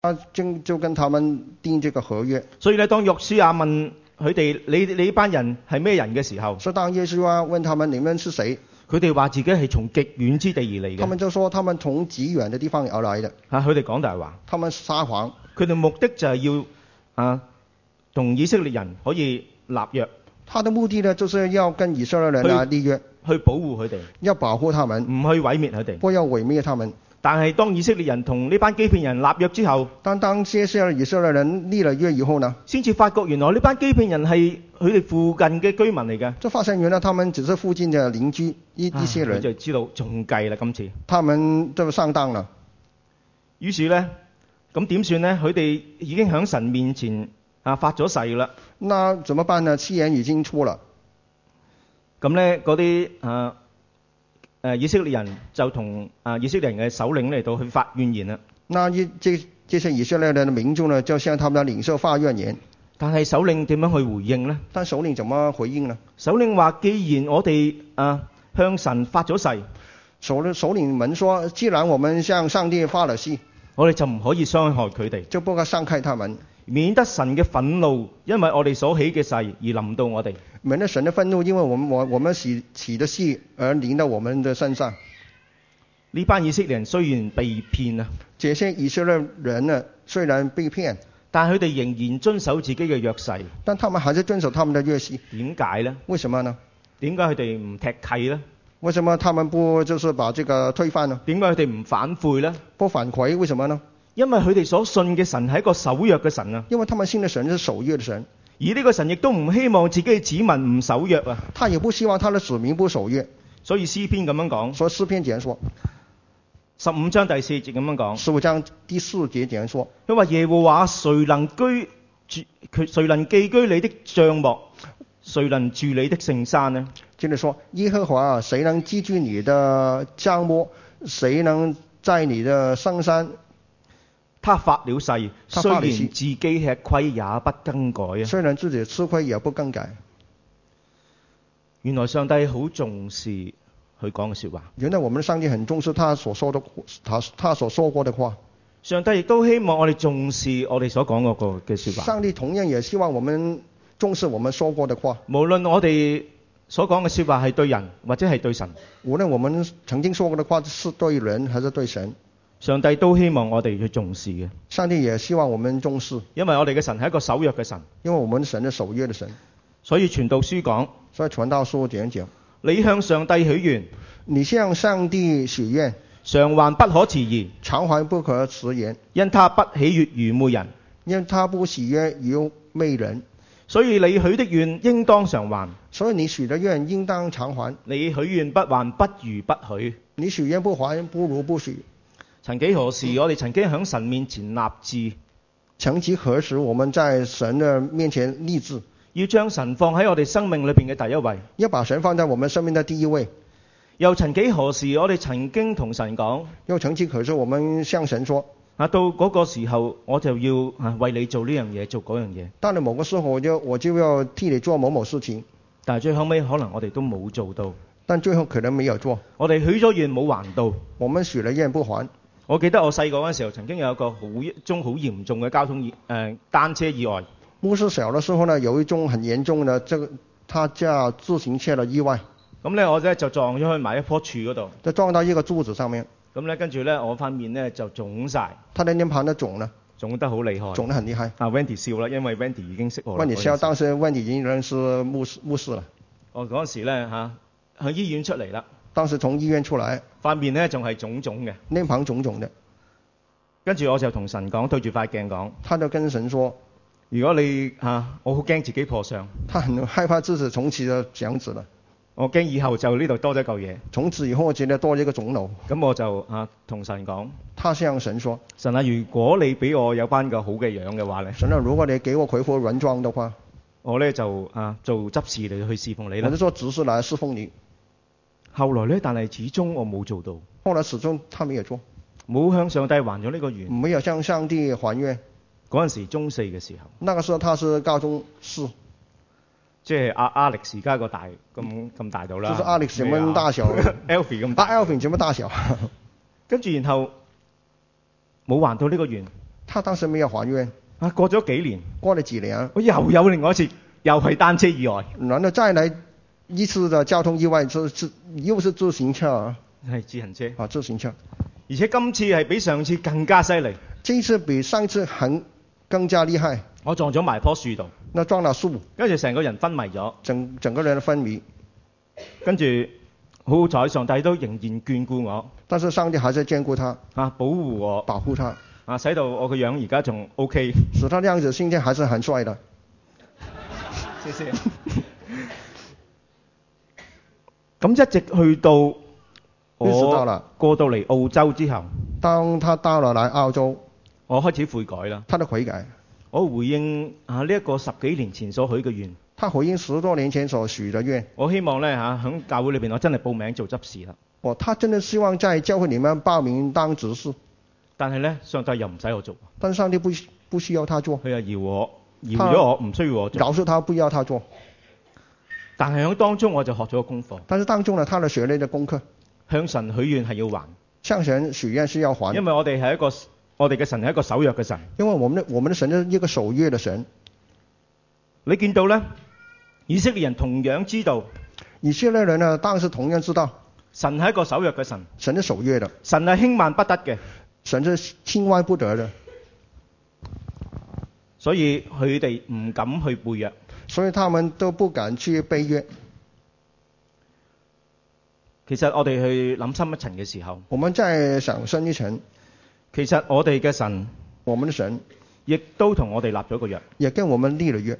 他跟就跟他们订这个合约。所以咧，當約書亞問佢哋你你呢班人係咩人嘅時候，所以当耶稣啊问他们你们是谁，佢哋話自己係從極遠之地而嚟他嘅们就说他们从极远的地方而来的，嚇，佢哋講大話，他们撒谎，佢哋目的就係要啊同以色列人可以立約，他的目的呢就是要跟以色列人啊立约，去保護佢哋，要保护他们，唔去毀滅佢哋。不要毁灭他们。但係當以色列人同呢班基遍人立約之後，但当接下来以色列人立了约以后呢，先至發覺原來呢班基遍人係佢哋附近嘅居民嚟嘅。就发现原来他们只是附近的邻居一一些啊佢人，就知道中計啦今次。他们就上当了。於是呢，咁點算呢？佢哋已經喺神面前啊發咗誓啦。那怎么办呢？七言已经出了，咁呢，嗰啲啊誒以色列人就同啊以色列人嘅首領嚟到去發怨言啦。那一这这些以色列人的民众呢，就向他们的领袖发怨言。但係首領點樣去回應呢？但首领怎么回应呢？首領話：既然我哋啊向神發咗誓，首领首领们说，既然我们向上帝发了誓，我哋就唔可以傷害佢哋，就不该伤害他们，免得神嘅憤怒，因為我哋所起嘅誓而臨到我哋。免得神的愤怒，因为我们我我们起起的誓而临到我们的身上。呢班以色列人雖然被騙啊，这些以色列人呢，虽然被骗，但佢哋仍然遵守自己嘅約誓。但他们还是遵守他们的约誓。點解呢？为什么呢？點解佢哋唔踢契呢？为什么他们不就是把这个推翻呢？點解佢哋唔反悔呢？不反悔？为什么呢？因為佢哋所信嘅神係一個守約嘅神啊，因为他们信的神是守约的神，而呢個神亦都唔希望自己嘅子民唔守約啊。他也不希望他的子民不守约。所以詩篇咁樣講，所以诗篇怎样说？十五章第四節咁樣講，十五章第四节怎样说？佢話耶和華誰能居住佢誰能寄居你的帳幕，誰能住你的聖山呢？接着说：“耶和华啊，谁能寄居你的帐幕？谁能在你的圣山？他發了誓，他雖發了然誓自己吃虧也不更改啊。虽然自己吃亏也不更改。原來上帝好重視佢講嘅説話。”原来我们的上帝很重视他所说的他他所说过的话。上帝亦都希望我哋重視我哋所講嗰個嘅説話，上帝同样也希望我們重视我们说過的話，無論我哋所講嘅説話係對人或者係對神，無論我們曾經說過的話是對人還是對神，上帝都希望我哋去重視嘅，上帝也希望我們重視，因為我哋嘅神係一個守約嘅神，因為我們神是守約的神。所以傳道書講：所以傳道書點樣講？你向上帝許願，你向上帝許願，償還不可遲疑，償還不可遲延，因他不喜悦愚昧人。因為他不喜悦愚昧人。所以你許的願應當償還，所以你許的願應當償還，你許願不還，不如不許。你許願不還，不如不許。曾幾何時，我哋曾經喺神面前立志，曾幾何時，我們在神的面前立志，要將神放喺我哋生命裏邊嘅第一位。要把神放在我們生命的第一位。又曾幾何時，我哋曾經同神講：又曾幾何時，我們向神說。啊，到嗰個時候，我就要啊為你做呢樣嘢，做嗰樣嘢。到了某个时候，我就我就要替你做某某事情，但係最後尾，可能我哋都冇做到，但最后可能没有做。我哋許咗願冇還到。我们许了愿不还。我記得我細個嗰陣時候，曾經有一個好一宗好嚴重嘅交通意誒、呃、單車意外。牧师小的时候呢，有一宗很严重的这个，他叫自行车的意外，咁咧，我咧就撞咗去埋一棵柱嗰度。就撞到一个柱子上面，咁咧，跟住咧，我塊面咧就腫晒，他的脸盘呢肿了，腫得好厲害。肿得很厉害。啊，Wendy 笑啦，因為 Wendy 已經識我啦。问你嗰陣肖，時当时问你已经认识牧师牧师了，我哦嗰陣時咧嚇，喺、醫院出嚟啦，当时从医院出来，塊面咧仲係腫腫嘅。脸庞肿肿的，跟住我就同神講，對住塊鏡講：他就跟神说，如果你啊，我好驚自己破相，他很害怕自己从此就这样子了，我驚以後就呢度多咗嚿嘢。从此以后觉得多了一个肿瘤。咁我就啊同神講：他向神说，神啊，如果你俾我有班個好嘅樣嘅話咧，神啊，如果你给我恢复原状的话，我咧就啊做執事嚟去侍奉你我啦就。做执事来侍奉你。後來咧，但係始終我冇做到，后来始终他没有做，冇向上帝還咗呢個願。没有向上帝还愿。嗰陣時中四嘅時候，那个时候他是高中四，即係阿 Alex 而家個大咁咁大到就啦。啊是 Alex 什么大 小， 啊？Alfie 咁大大。 Alvin 什么大小，跟住然後冇還到呢個願， 他当时没有还愿，啊，過咗幾年，过了几年，我又有另外一次，又係單車意外，然后再来一次的交通意外，这是又是自行车啊係自行車，啊，自行车，而且今次係比上次更加犀利，这一次比上次很更加厉害，我撞咗埋棵樹度，那撞了树，跟住成個人昏迷咗，整整个人的昏迷，跟住好好彩，上帝都仍然眷顧我，但是上帝还是眷顾他，啊，保護我，保护他，啊，使到我個樣而家仲 OK，使他的样子现在还是很帅的。謝謝。 咁一直去到於是到啦我過到嚟澳洲之後，当他到了来澳洲，我開始悔改啦。他的悔改，我回應啊呢一個十幾年前所許嘅願，他回应十多年前所许的愿。我希望呢，嚇、喺教會裏邊我真係報名做執事啦。哦，他真的希望在教会里面报名当执事，但係呢，上帝又唔使我做，但上帝不需不需要他做，佢又搖我，搖咗我，哦唔需要我做。告诉他不要他做。但係喺當中我就學咗個功課，但是當中呢，他的血泪的功課，向神許願係要還，向神许愿是要还，因為我哋係一個我哋嘅神係一個守約嘅神。因為我们的我们的神是一個守約的神。你見到呢，以色列人同樣知道以色列人呢，当时同樣知道神係一個守約嘅神，神是守約的，神係輕慢不得嘅，神是輕歪不得的，所以佢哋唔敢去背約。所以他們都不敢去背約。其實我哋去諗深一層嘅時候，我們再想深一層，其實我哋嘅神我們的神亦都同我哋立咗個約，也跟我們立了約，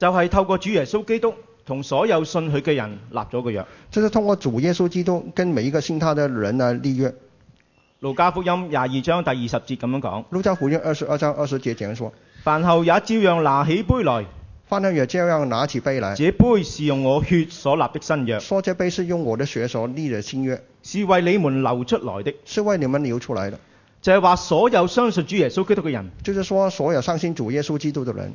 就係、透過主耶穌基督同所有信佢嘅人立咗個約。这是通過主耶穌基督跟每一個信他的人呢立約。路加福音廿二章第二十節咁樣講：路加福音二十二章二十節講說，飯後也照樣拿起杯來，犯人也照樣拿起杯來，這杯是用我血所立的新約，說這杯是用我的血所立的新約，是為你們流出來的。是為你們流出來的。就係、話所有相信主耶穌基督嘅人，就是说，所有相信主耶稣基督的人，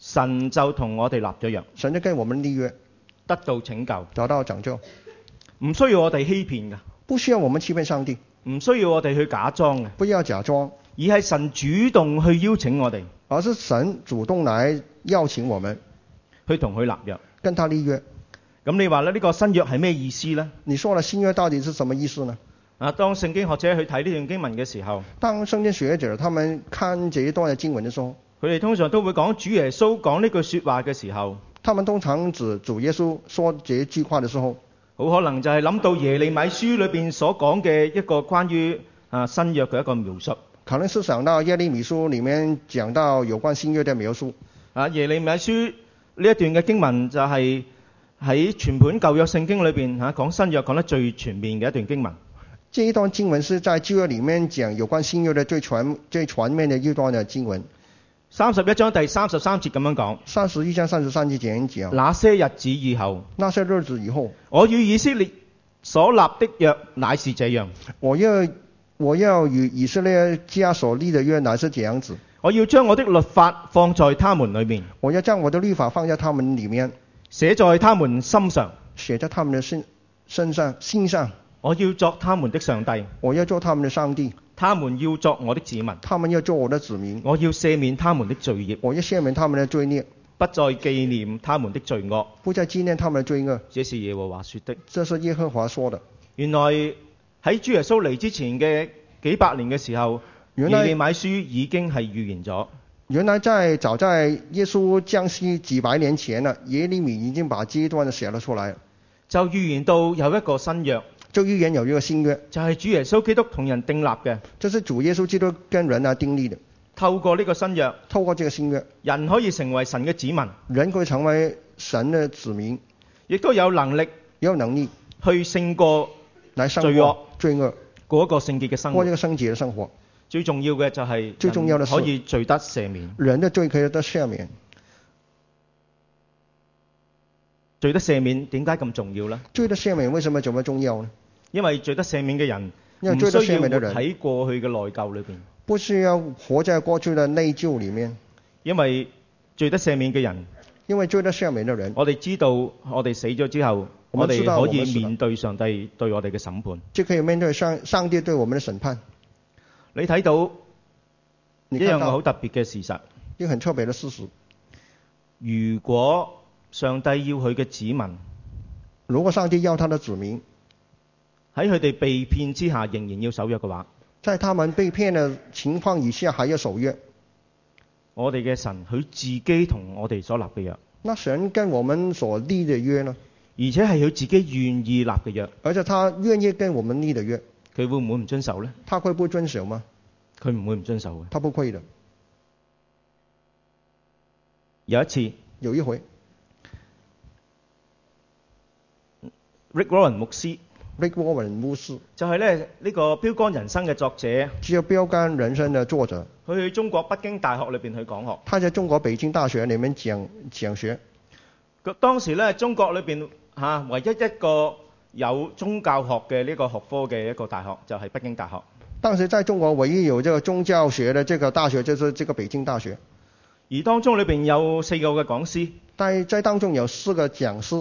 神就同我哋立咗約，神就跟我们立约，得到拯救，找到拯救，唔需要我哋欺騙㗎，不需要我们欺骗上帝，唔需要我哋去假裝嘅，不要假装，而係神主動去邀請我哋而是神主动来邀请我们去同佢立約。跟他立约。咁你話咧，呢、個新約係咩意思呢？你说了新约到底是什么意思呢？啊，當聖經學者去睇呢段經文嘅時候，当圣经学者他们看这一段的经文的时候，佢哋通常都會講主耶穌講呢句説話嘅時候，他们通常指主耶稣说这句话的时候，好可能就係諗到耶利米書裏邊所講嘅一個關於啊新約嘅一個描述。可能是想到耶利米书里面讲到有关新约的描述。啊，耶利米書呢一段嘅經文就係喺全本舊約聖經裏邊嚇講啊新約講得最全面嘅一段經文。这一段经文是在旧约里面讲有关新约的最全最全面的一段的经文。三十一章第三十三節咁樣講：三十一章三十三节讲讲，那些日子以後，那些日子以後，我與以色列所立的約乃是這樣。我要我要與以色列家所立的約乃是這樣子，我要將我的律法放在他們裏面，我要將我的律法放在他們裡面，寫在他們心上。寫在他們的身身上心上，我要作他們的上帝，我要做他們的上帝，他們要作我的子民。他們要做我的子民，我要赦免他們的罪孽，我要赦免他們的罪孽，不再紀念他們的罪惡。不再紀念他們的罪惡。這是耶和華說的。這是耶和華說的。原來喺主耶穌嚟之前嘅幾百年嘅時候，耶原來利米書已經係預言咗原來在早在耶穌降世幾百年前了，耶利米已經把這一段寫了出來，就預言到有一個新約，就預言有一個新約，就係、主耶穌基督同人訂立嘅。這是主耶穌基督跟人啊訂立的。透過呢個新約，透過這個新約，人可以成為神嘅子民，人可以成為神的子民，亦都有能力也有能力去勝過来胜罪过恶罪恶，過一個聖潔嘅生过活这。个圣洁的生活。最重要嘅就係最重要嘅人是可以罪得赦免，人的罪可以得赦免，罪得赦免點解咁重要呢？罪的赦免为什么这么重要呢？因為罪得赦免嘅人因為唔罪得需赦要活免的人喺過去嘅內疚裏邊，不需要活在过去的内疚里面，因為罪得赦免嘅人，因为罪的赦免的人，我哋知道我哋死咗之後，我我們哋知道可我們是以的面對上帝對我哋嘅審判。就可以面对上上帝对我们的审判。你睇到你一啊看樣到好特別嘅事實。一个很特别的事实：如果上帝要佢嘅子民喺如果上帝要他的子民，佢哋被騙之下仍然要守約嘅話，在他们被骗的情况以下还要守约，我哋嘅神佢自己同我哋所立嘅約，那神跟我们所立的约呢？而且係佢自己願意立嘅約，而且他愿意跟我们立的约，佢會唔會唔遵守呢？他会不遵守吗？佢唔會唔遵守嘅。他不会的。有一次有一回，Rick Warren 牧師，Rick Warren 牧师，就係咧呢個標杆人生嘅作者，只有标杆人生的作者，佢去中國北京大學裏邊去講學。他在中国北京大学里面讲讲学。佢當時咧，中國裏邊嚇唯一一個有宗教學嘅呢個學科嘅一個大學，就係、北京大學。当时在中国唯一有这个宗教学的这个大学就是这个北京大学，而當中裏邊有四個嘅講師，但在当中有四个讲师，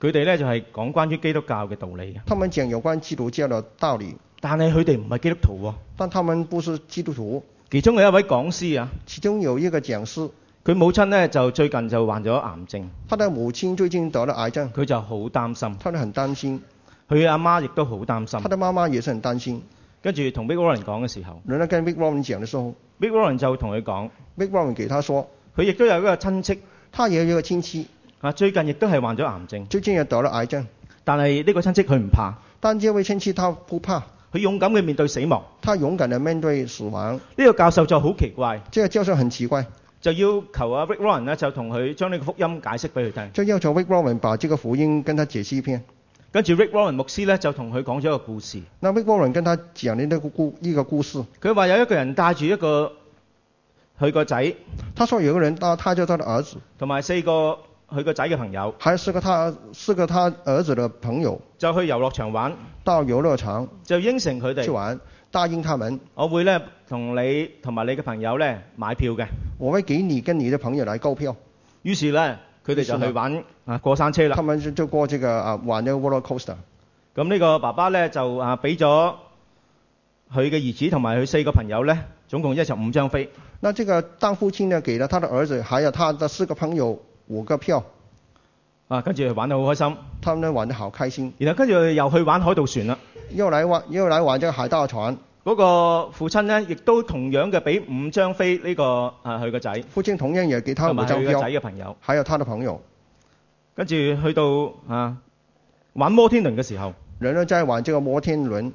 佢哋咧就係、講關於基督教嘅道理嘅，他们讲有关基督教的道理，但係佢哋唔係基督徒喎、但他们不是基督徒。其中有一位講師啊，其中有一个讲师，佢母親咧就最近就患咗癌症，他的母亲最近得了癌症，佢就好擔心，他就很担心，佢阿媽亦都好擔他心。的妈妈也是很担心。跟住同 Big Warren 講嘅時候人家跟 Big Robin 讲的时候，Big Warren 就同佢講， ，Big Robin 给他说，佢亦都有一個親戚他也有一个亲戚啊，最近亦都係患咗癌症，最近也得了癌症，但係呢個親戚佢唔怕，但这位亲戚他不怕，佢勇敢嘅面對死亡。他勇敢地面对死亡。呢個教授就好奇怪，这个教授很奇怪，就要求阿 Rick Warren 咧就同佢將呢個福音解釋俾佢聽。就要求 Big Robin 把这个福音跟他解析一遍。跟住 Rick Warren 牧師咧就同佢講咗一個故事。那 Big Robin 跟他讲的那个故一个故事，佢話有一個人帶住一個佢個仔他说有个人，他他叫他的儿子，同埋四個佢個仔嘅朋友，还是个他是个他儿子的朋友，就去遊樂場玩，到游乐场就應承佢去哋，玩，答应他们，我會咧同你同埋你嘅朋友咧買票嘅。我会给你跟你的朋友来购票。於是咧佢哋於是就去呢玩啊過山車啦他。们就就过这个啊玩那个 roller coaster。咁呢個爸爸咧就啊俾咗佢嘅兒子同埋佢四個朋友咧，總共一十五張飛。那这个当父亲呢，给了他的儿子还有他的四个朋友五个票，啊，跟住佢玩得好開心。他们呢玩得好开心，然後跟住佢又去玩海盜船啦。又来玩又来玩这个海盗船。嗰、個父親呢，亦都同樣嘅俾五張飛呢、個啊佢個仔父亲同样也给他同五埋佢张個仔票，嘅朋友。还有他的朋友。跟住去到啊玩摩天輪嘅時候，人呢在玩这个摩天轮，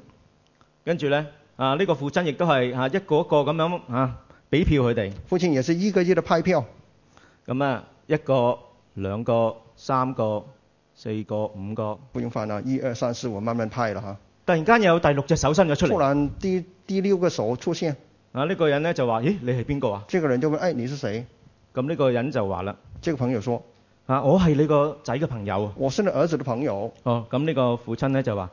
跟住呢，啊呢、個父親亦都係啊一個一個咁樣啊俾票佢哋。父亲也是一个一个拍票，咁啊一個、兩個、三個、四個、五個，不用翻了，一二三四，我慢慢拍了哈。突然間有第六隻手伸咗出突嚟。然第第六个手出现，啊呢、個人呢就話：咦你係邊個啊？这个人就问：哎，你是谁？咁呢個人就話啦：这个朋友说：啊我係你個仔嘅朋友啊。我是你儿子的朋友。哦，咁呢個父親咧就話：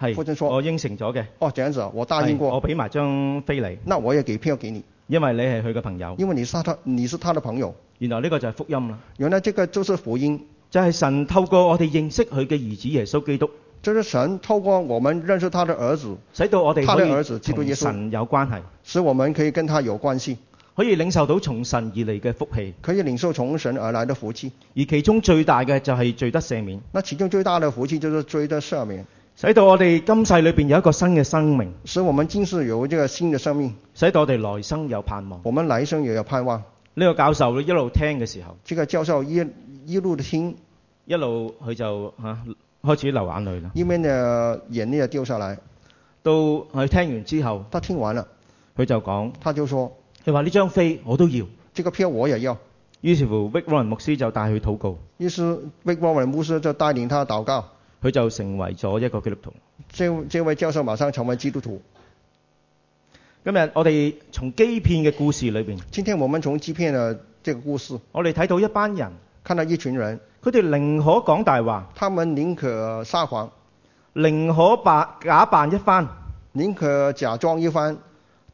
係，父親說我應承咗嘅，哦，这样子啊，我答应係我过，俾埋張飛你，那我也给票给你，因為你係佢嘅朋友。因为你是他，你是他的朋友。原來呢個就係福音啦，原来这个就是福音，就係、神透過我哋認識佢嘅兒子耶穌基督，就是神透过我们认识他的儿子，使到我哋他的兒可子以基督耶同穌神有關係，使我们可以跟他有关系，可以領受到從神而嚟嘅福氣。可以领受从神而来的福气。而其中最大嘅就係罪得赦免，那其中最大的福气就是追的赦免，使到我哋今世裏邊有一個新嘅生命，使我们今世有这个新的生命，使到我哋來生有盼望。呢、我们来生也有盼望。個教授一路聽嘅時候，这个教授一一路的听，一路佢就嚇、啊、開始流眼淚啦。一面的眼泪也掉下来。到佢聽完之後，他听完了，佢就講。他就说佢話呢張飛我都要。：“这个票我也要。於是乎，Rick Warren 牧師就帶佢禱告，”于是 Big Roman 牧师就带领他祷告，佢就成為咗一個基督徒。这这位教授马上成为基督徒。今日我哋從基片嘅故事裏邊，今天我们从欺骗的这个故事，我哋睇到一班人，看到一群人，佢哋寧可講大話，他们寧可撒谎，寧可扮假扮一番，寧可假裝一番，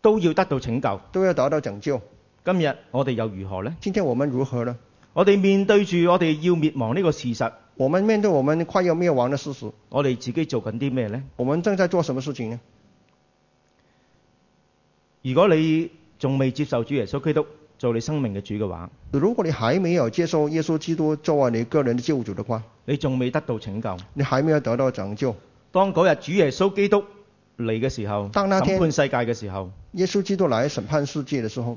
都要得到拯救。都要得到拯救。今日我哋又如何呢？今天我們如何呢？我哋面對住我哋要滅亡呢個事實，我們面對我們快要滅亡的事實，我哋自己做緊啲咩呢？我們正在做什么事情呢？如果你仲未接受主耶穌基督做你生命嘅主嘅話，如果你还没有接受耶稣基督作为你个人的救主的话，你仲未得到拯救。你还没有得到拯救。當嗰日主耶穌基督嚟嘅時候，當那天審判世界嘅時候，耶稣基督来审判世界的时候，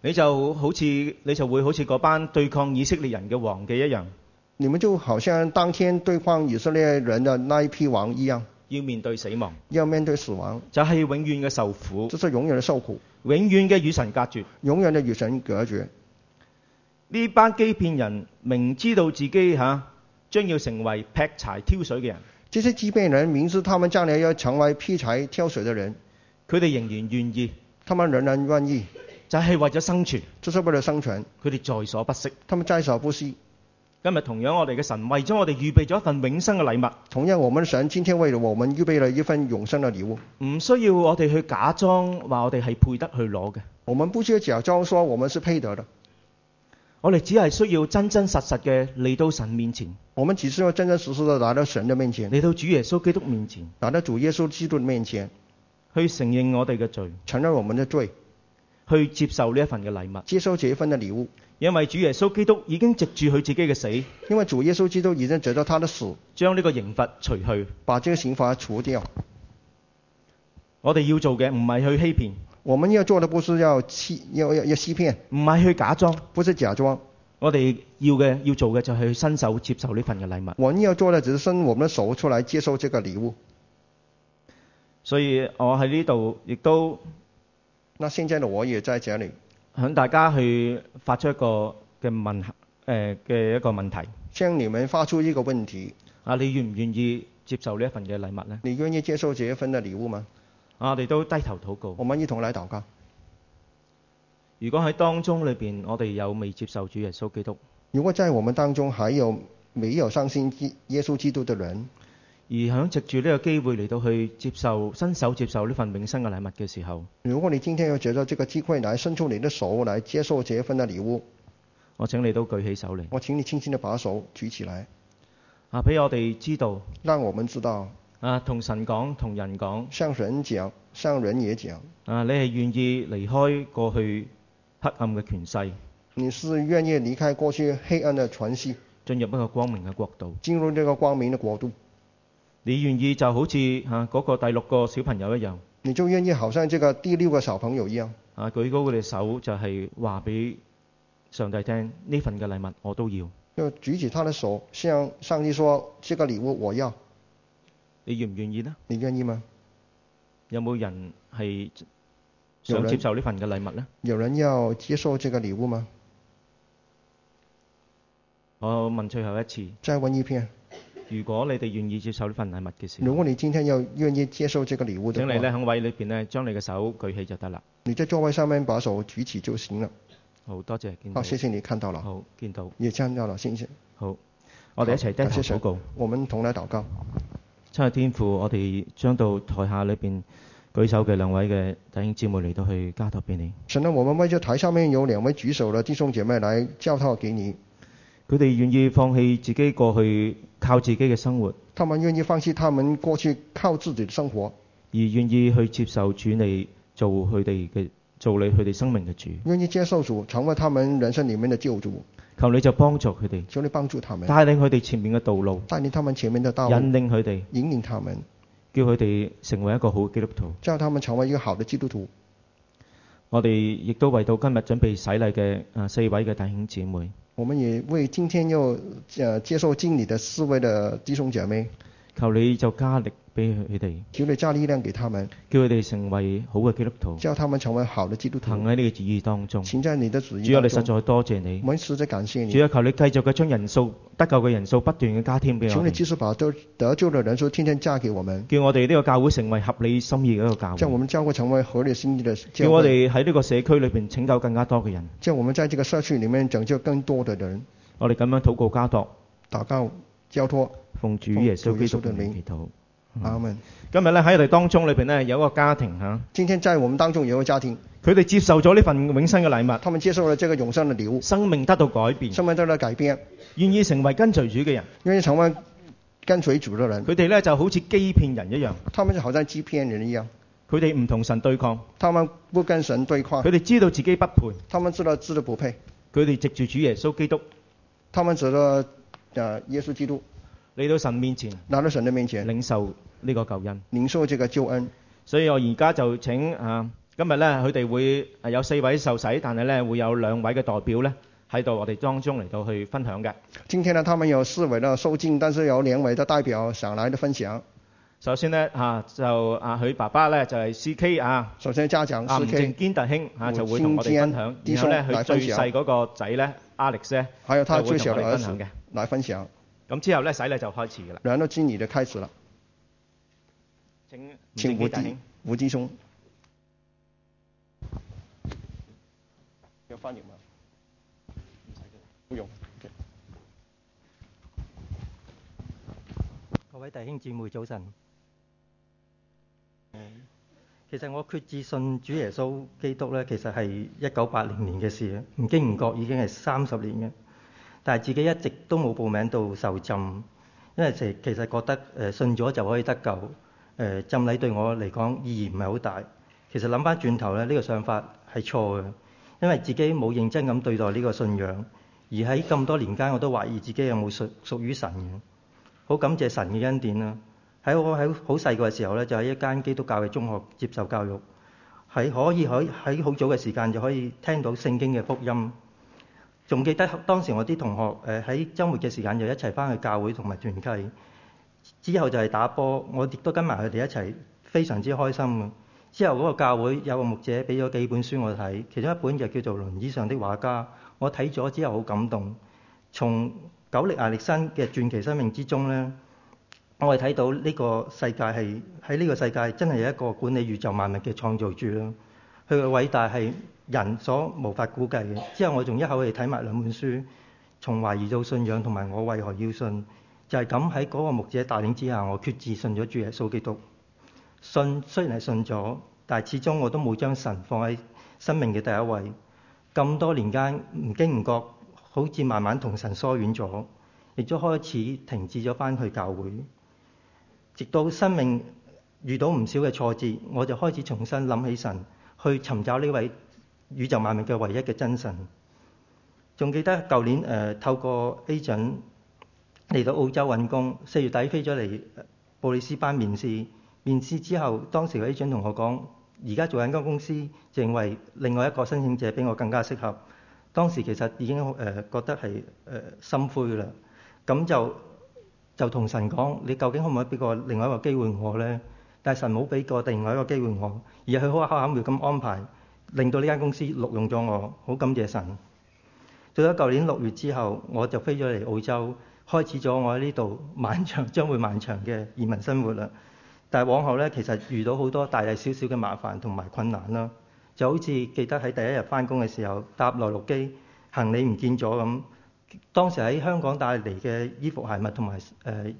你就好似你就會好似嗰班對抗以色列人嘅王嘅一樣，你们就好像当天对抗以色列人的那一批王一样，要面對死亡，要面对死亡，就係、永遠嘅受苦，这是永远的受苦，永遠嘅與神隔絕。永远的与神隔绝。呢班基遍人明知道自己嚇、將要成為劈柴挑水嘅人，这些畸变人明知他们将来要成为劈柴挑水的人，佢哋仍然願意，他们仍然愿意，就係、為咗生存，这是为了生存，佢哋在所不惜。他们在所不惜。今日同樣，我哋嘅神為咗我哋預備咗一份永生嘅禮同样，我们的神今天为了我们预备了一份永生的礼物，物，唔需要我哋去假裝話我哋係配得去攞嘅，我们不需要假装说我们是配得的，我哋只係需要真真實實嘅嚟到神面前，我们只是要真真实实的来到神的面前，嚟到主耶穌基督面前，来到主耶稣基督的面前，去承認我哋嘅罪，承认我们的罪，去接受呢一份嘅禮物，接受这一份的礼物。因為主耶穌基督已經藉住佢自己嘅死，因为主耶稣基督已经得到他的死，將呢個刑罰除去。把这个刑罚除掉。我哋要做嘅唔係去欺騙，我们要做的不是要欺，要要要欺骗，唔係去假裝，不是假装。我哋要嘅要做嘅就係去伸手接受呢份嘅禮物。我们要做的只是伸我们的手出来接受这个礼物。所以我喺呢度亦都那现在的我也在这里，向大家去發出一個嘅問誒嘅一個問題向你们发出一个问题：啊，你願唔願意接受呢一份嘅禮物呢？你愿意接受这一份的礼物吗？啊，我哋都低頭禱告。我们一同来祷告。如果喺當中裏邊，我哋有未接受主耶穌基督，如果在我们当中还有没有相信基耶稣基督的人，而想藉住呢個機會嚟到去接受伸手接受呢份永生嘅禮物嘅時候，如果你今天要觉得这个机会来伸出你的手来接受这一份的礼物，我請你都舉起手嚟我请你轻轻的把手举起来，啊，俾我哋知道让我们知道，啊，同神講，同人講向神讲，向人也讲，啊，你係願意離開過去黑暗嘅權勢，你是愿意离开过去黑暗的传系，進入一個光明嘅國度。进入这个光明的国度，你願意就好似啊嗰個第六個小朋友一樣，你就愿意好像这个第六个小朋友一样，啊舉高佢哋手就係話俾上帝聽，呢份嘅禮物我都要，就举起他的手，向上帝说：“这个礼物我要，你願唔願意呢？你愿意吗有冇人係想接受呢份嘅禮物呢？？”有人要接受这个礼物吗？我問最後一次，再问一遍。如果你哋願意接受呢份禮物嘅時如候，果你今天要愿意接受这个礼物的請你话，咧喺位裏邊咧將你嘅手舉起就得啦。你在座位上面把手举起就行了。好多謝見好，到，谢谢你看到了，好見到，也看到了，谢谢。好，我哋一齊低頭禱告。我们同来祷告。親愛天父，我哋將到台下裏邊舉手嘅兩位嘅弟兄姊妹嚟到去交託俾你。神呢，啊我们为这台上面有两位举手的弟兄姐妹来叫套给你，佢哋願意放棄自己過去靠自己嘅生活，他们愿意放弃他们过去靠自己的生活，而願意去接受主你做佢哋嘅做你佢哋生命嘅主。愿意接受主，成为他们人生里面的救主。求你就幫助佢哋，求你帮助他们，帶領佢哋前面嘅道路，带领他们前面的道路，引領佢哋，引领他们，叫佢哋成為一個好基督徒。叫他们成为一个好的基督徒。我哋亦都為到今日準備洗禮嘅啊四位嘅弟兄姊妹，我们也为今天要呃接受敬礼的四位的弟兄姐妹，求你就加力俾佢哋，求你加力量给他们。叫佢哋成為好嘅基督徒，叫他们成为好的基督行徒。喺呢個旨意當中。请在你的旨意主啊，当你實中，在多謝你我。们实在感谢主你。啊，求你繼續嘅將人數得救嘅人數不斷嘅加添俾求我你哋。继续把得得救的人数天天嫁给我们，叫我哋呢個教會成為合理心意嘅一個教叫我會，们教会成为合理心意的叫教我会，哋喺呢個社區裏邊拯救更加多嘅人。叫我们在这个社区里面拯救更多的人。我哋咁樣禱告交託，祷告交托，奉主耶穌基督奉主耶穌嘅嘅名名祈禱。阿门。今日咧喺我哋當中裏邊咧有一個家庭嚇，今天在我们当中有个家庭，佢哋接受咗呢份永生嘅禮他们接受了这个永生的礼物物，，生命得到改變，生命得到改变，願意成為跟隨主嘅人。愿意成为跟随主的人。佢哋咧就好似欺騙人一樣，他们就好像欺骗人一样，佢哋唔同神對抗，他们不跟神对抗佢，哋知道自己不配，他们知道自己不配，佢哋藉住主耶穌基督他们知道呃耶稣基督嚟到神面前拿到神的面前領受呢個救恩。领受这个救恩。所以我而家就請啊，今日呢，佢哋會啊有四位受洗，但係呢會有兩位嘅代表呢喺度我哋當中嚟到去分享嘅。今天呢，他们有四位的受敬，但是有两位的代表想来的分享。首先呢，啊就啊佢爸爸呢就係 C K 啊。首先家长啊，吳 C K，正堅特兄啊吳就會同我哋分享，正堅然弟後咧兄佢嚟分最享細嗰個仔咧 Alex 咧还有他就最會同小哎我的哋儿分子享嘅。来分享。咁之後咧洗禮就開始噶啦。然后经理的开始了，請吳正请堅吴弟弟兄，吴弟兄。有翻译吗？不用。各位弟兄姊妹早晨。其實我決志信主耶穌基督咧，其實係一九八零年嘅事啊，唔經唔覺已經係三十年嘅。但係自己一直都冇報名到受浸，因為其其實覺得誒、呃信咗就可以得救，誒、呃浸禮對我嚟講意義唔係好大。其實諗翻轉頭咧，呢、個想法係錯嘅，因為自己冇認真咁對待呢個信仰，而喺咁多年間我都懷疑自己有冇屬屬於神嘅。好感謝神嘅恩典啦！喺我喺好細個嘅時候咧，就喺一間基督教嘅中學接受教育，喺可以喺喺好早嘅時間就可以聽到聖經嘅福音。仲記得當時我啲同學誒喺週末嘅時間就一齊翻去教會同埋團契，之後就係打波，我亦都跟埋佢哋一齊，非常之開心嘅。之後嗰個教會有個牧者俾咗幾本書我睇，其中一本就叫做《輪椅上的畫家》，我睇咗之後好感動。從九力亞力山嘅傳奇生命之中咧，我係睇到呢個世界係喺呢個世界真係有一個管理宇宙萬物嘅創造主啦。佢嘅偉大係人所無法估計嘅。之後我仲一口氣睇埋兩本書，從懷疑到信仰同埋我為何要信，就係咁喺嗰個牧者帶領之下，我決志信咗主耶穌基督。信雖然係信咗，但係始終我都冇將神放喺生命嘅第一位。咁多年間唔經唔覺，好似慢慢同神疏遠咗，亦都開始停止咗翻去教會。直到生命遇到唔少嘅挫折，我就開始重新諗起神，去尋找呢位宇宙萬物嘅唯一嘅真神。仲記得舊年誒、呃透過 agent 嚟到澳洲揾工，四月底飛咗嚟呃布里斯班面試。面試之後，當時個 agent 同我講：而家做緊間公司，認為另外一個申請者比我更加適合。當時其實已經誒、呃、覺得係誒、呃心灰㗎啦，咁就就同神講：你究竟可唔可以俾個另外一個機會我呢？但係神冇俾過另外一個機會我，而係佢好巧妙咁安排，令到呢間公司錄用咗我，好感謝神。到咗舊年六月之後，我就飛咗嚟澳洲，開始咗我喺呢度漫長將會漫長嘅移民生活啦。但係往後呢，其實遇到好多大大小小嘅麻煩同埋困難啦，就好似記得喺第一日翻工嘅時候搭內陸機，行李唔見咗咁。當時喺香港帶嚟嘅衣服鞋襪同埋誒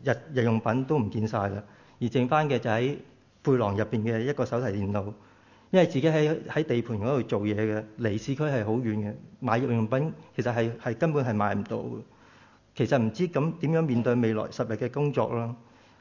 日日用品都唔見晒啦，而剩翻嘅就喺背囊入邊嘅一個手提電腦。因為自己喺喺地盤嗰度做嘢嘅，離市區係好遠嘅，買日用品其實係係根本係買唔到嘅。其實唔知咁點樣面對未來十日嘅工作啦。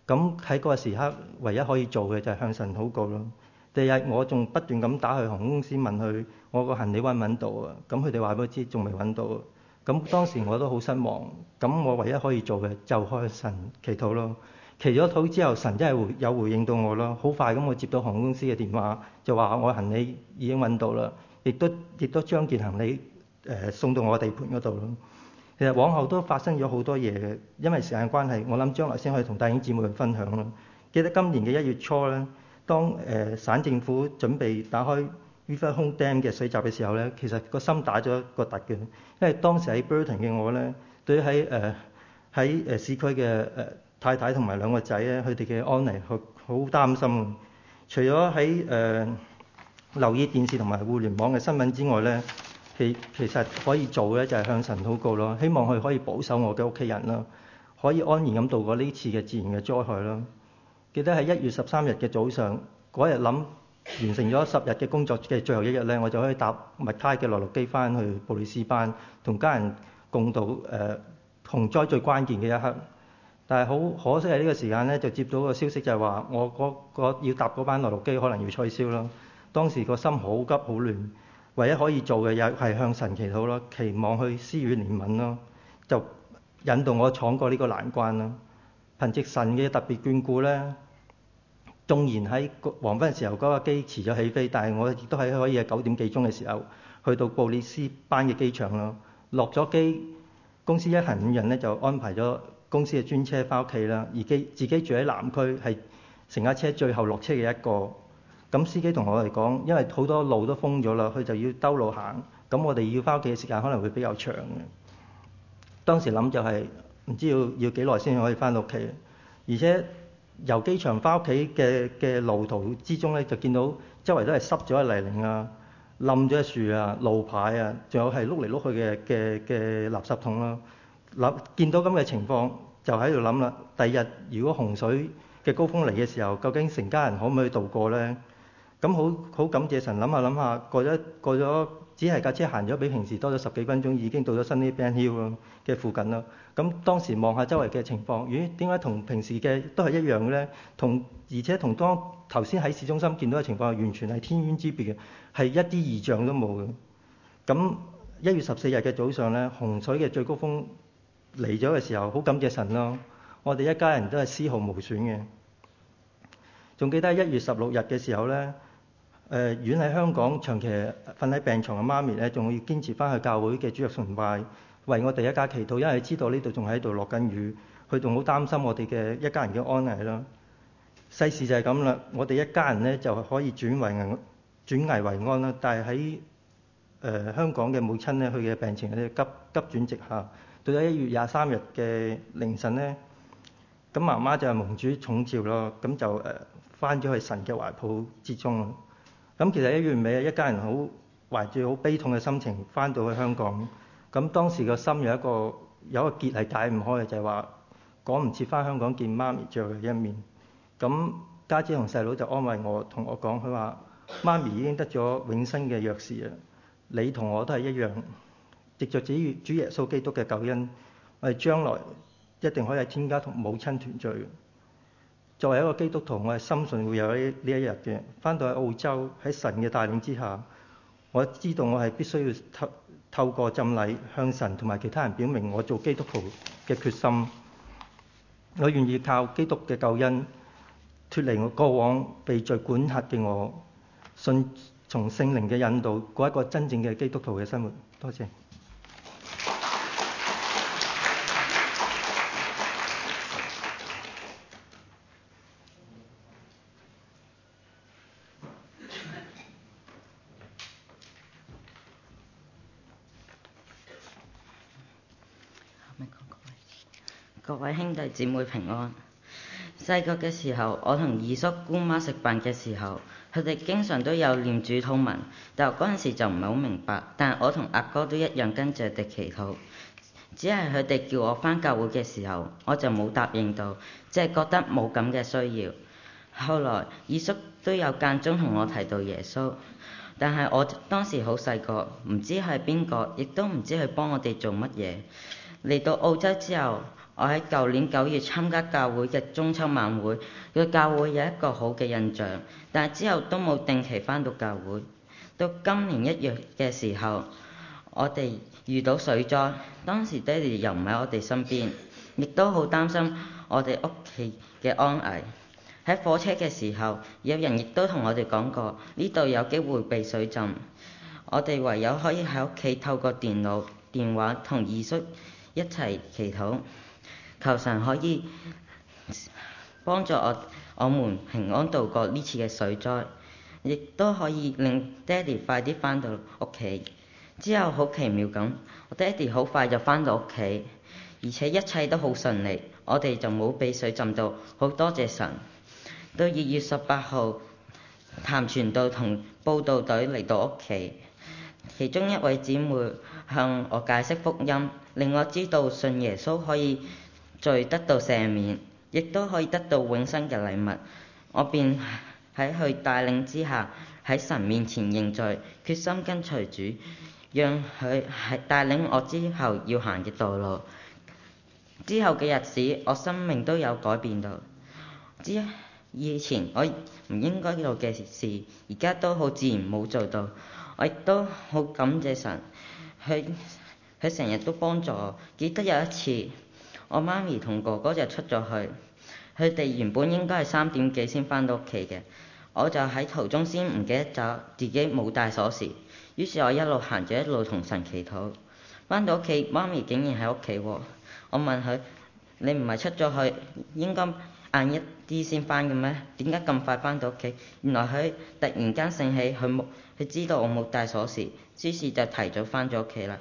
咁喺嗰個時刻，唯一可以做嘅就係向神禱告咯。第日我仲不斷咁打去航空公司問佢，我個行李揾唔揾到啊？咁佢哋話俾我知仲未揾到啊。咁當時我都好失望。咁我唯一可以做嘅就向神祈禱咯。祈咗禱之後，神真係回有回應到我咯。好快咁，我接到航空公司嘅電話，就話我行李已經揾到啦，亦都亦都將件行李誒、呃送到我地盤嗰度咯。其實往後都發生咗好多嘢嘅，因為時間關係，我諗將來先可以同弟兄姊妹去分享咯。記得今年嘅一月初咧，當誒、呃省政府準備打開 u f a Home Dam 嘅水閘嘅時候咧，其實個心打咗個突嘅，因為當時喺 Burton 嘅我咧，對於喺誒喺誒市區嘅誒、呃太太同埋兩個仔咧，佢哋嘅安危好好擔心。除咗喺誒。呃留意電視同埋互聯網嘅新聞之外呢，其其實可以做呢就係向神禱告咯，希望佢可以保守我嘅屋企人啦，可以安然咁度過呢次嘅自然嘅災害啦。記得喺一月十三日嘅早上，嗰日諗完成咗十日嘅工作嘅最後一日呢，我就可以搭麥卡嘅內陸機翻去布里斯班，同家人共度誒、呃、洪災最關鍵嘅一刻。但係好可惜係呢個時間咧，就接到個消息就係話我嗰、個要搭嗰班內陸機可能要取消啦。當時個心好急好亂，唯一可以做嘅嘢係向神祈禱咯，期望去施予憐憫咯，就引導我闖過呢個難關啦。憑藉神嘅特別眷顧咧，縱然喺個黃昏時候嗰個機遲咗起飛，但係我亦都係可以喺九點幾鐘嘅時候去到布里斯班嘅機場咯。落咗機，公司一行五人咧就安排咗公司嘅專車翻屋企啦。而機自己住喺南區，係乘架車最後落車嘅一個。咁司機同我哋講，因為好多路都封咗啦，佢就要兜路行。咁我哋要翻屋企嘅時間可能會比較長嘅。當時諗就係唔知要要幾耐先可以翻到屋企，而且由機場翻屋企嘅嘅路途之中咧，就見到周圍都係濕咗嘅泥泞啊、冧咗嘅樹啊、路牌啊，仲有係碌嚟碌去嘅嘅嘅垃圾桶啦、諗見到咁嘅情況，就喺度諗啦。第日如果洪水嘅高峰嚟嘅時候，究竟成家人可唔可以渡過咧？咁好好感謝神，諗下諗下，過咗過咗，只係架車行咗比平時多咗十幾分鐘，已經到咗新 n Band Hill 咯嘅附近啦。咁當時望下周圍嘅情況，咦？點解同平時嘅都係一樣嘅咧？同而且同當頭先喺市中心見到嘅情況係完全係天淵之別嘅，係一啲異象都冇嘅。咁一月十四日嘅早上咧，洪水嘅最高峰嚟咗嘅時候，好感謝神咯。我哋一家人都係絲毫無損嘅。仲記得一月十六日嘅時候咧。誒、呃、遠喺香港長期瞓喺病床嘅媽咪咧，仲要堅持翻去教會嘅主日崇拜，為我哋一家祈禱，因為知道呢度仲喺度落緊雨，佢仲好擔心我哋嘅一家人嘅安危啦。世事就係咁啦，我哋一家人咧就可以轉危轉危為安啦。但係喺誒香港嘅母親咧，佢嘅病情咧急急轉直下，到咗一月廿三日嘅凌晨咧，咁媽媽就係蒙主寵召咯，咁就誒翻咗去神嘅懷抱之中啦。咁其實一月尾一家人好懷住好悲痛嘅心情翻到去香港，咁當時個心有一個有一個結係解唔開嘅，就係話趕唔切翻香港見媽咪最後嘅一面。咁家姐同細佬就安慰我，同我講佢話：媽咪已經得咗永生嘅約誓啦，你同我都係一樣，藉着主主耶穌基督嘅救恩，我哋將來一定可以喺天家同母親團聚。作為一個基督徒，我係深信會有呢呢一日嘅。翻到去澳洲，喺神嘅帶領之下，我知道我係必須要透透過浸禮向神同埋其他人表明我做基督徒嘅決心。我願意靠基督嘅救恩脱離我過往被罪管轄嘅我，順從聖靈嘅引導，過一個真正嘅基督徒嘅生活。多謝。各位兄弟姊妹平安。細個嘅時候，我同二叔姑媽食飯嘅時候，佢哋經常都有念主禱文，但我嗰陣時就唔係好明白。但我同阿哥都一樣跟住佢哋祈禱，只係佢哋叫我返教會嘅時候，我就冇答應到，即係覺得冇咁嘅需要。後來二叔都有間中同我提到耶穌，但係我當時好細個，唔知係邊個，亦都唔知佢幫我哋做乜嘢。嚟到澳洲之後，我喺舊年九月參加教會嘅中秋晚會，對教會有一個好嘅印象，但係之後都冇定期返到教會。到今年一月嘅時候，我哋遇到水災，當時爹哋又唔喺我哋身邊，亦都好擔心我哋屋企嘅安危。喺火車嘅時候，有人亦都同我哋講過，呢度有機會被水浸，我哋唯有可以喺屋企透過電腦、電話同二叔一齊祈禱。求神可以幫助我我們平安度過呢次嘅水災，亦都可以令爹哋快啲翻到屋企。之後好奇妙咁，我爹哋好快就翻到屋企，而且一切都好順利，我哋就冇俾水浸到，好多謝神。到二月十八號，譚傳道同報道隊嚟到屋企，其中一位姊妹向我解釋福音，令我知道信耶穌可以罪得到赦免，亦都可以得到永生嘅禮物。我便喺佢帶領之下，喺神面前認罪，決心跟隨主，讓佢係帶領我之後要行嘅道路。之後嘅日子，我生命都有改變到。之以前我唔應該做嘅事，而家都好自然冇做到。我亦都好感謝神，佢佢成日都幫助我。記得有一次，我媽咪同哥哥就出咗去，佢哋原本應該係三點幾先翻到屋企嘅，我就喺途中先唔記得咗自己冇帶鎖匙，於是我一路行住一路同神祈禱。翻到屋企，媽咪竟然喺屋企喎。我問佢：你唔係出咗去，應該晏一啲先翻嘅咩？點解咁快翻到屋企？原來佢突然間醒起，佢冇佢知道我冇帶鎖匙，於是就提早翻咗屋企啦。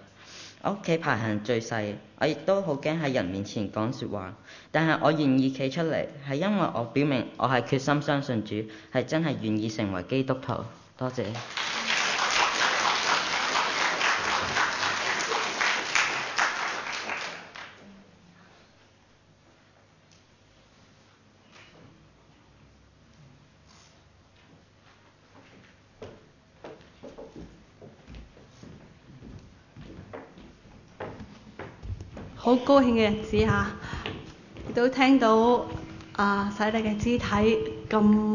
我屋企排行最細，我亦都好驚喺人面前講説話，但係我願意企出嚟，係因為我表明我係決心相信主，係真係願意成為基督徒。多謝。好高興嘅日啊子嚇，亦都聽到啊洗禮嘅肢體咁。